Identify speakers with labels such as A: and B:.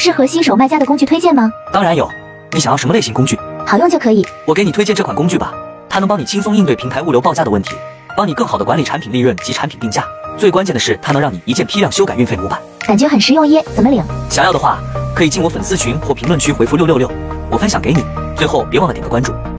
A: 适合新手卖家的工具推荐吗？
B: 当然有，你想要什么类型工具？
A: 好用就可以。
B: 我给你推荐这款工具吧，它能帮你轻松应对平台物流报价的问题，帮你更好的管理产品利润及产品定价。最关键的是，它能让你一键批量修改运费模板。
A: 感觉很实用耶，怎么领？
B: 想要的话，可以进我粉丝群或评论区回复六六六，我分享给你。最后别忘了点个关注。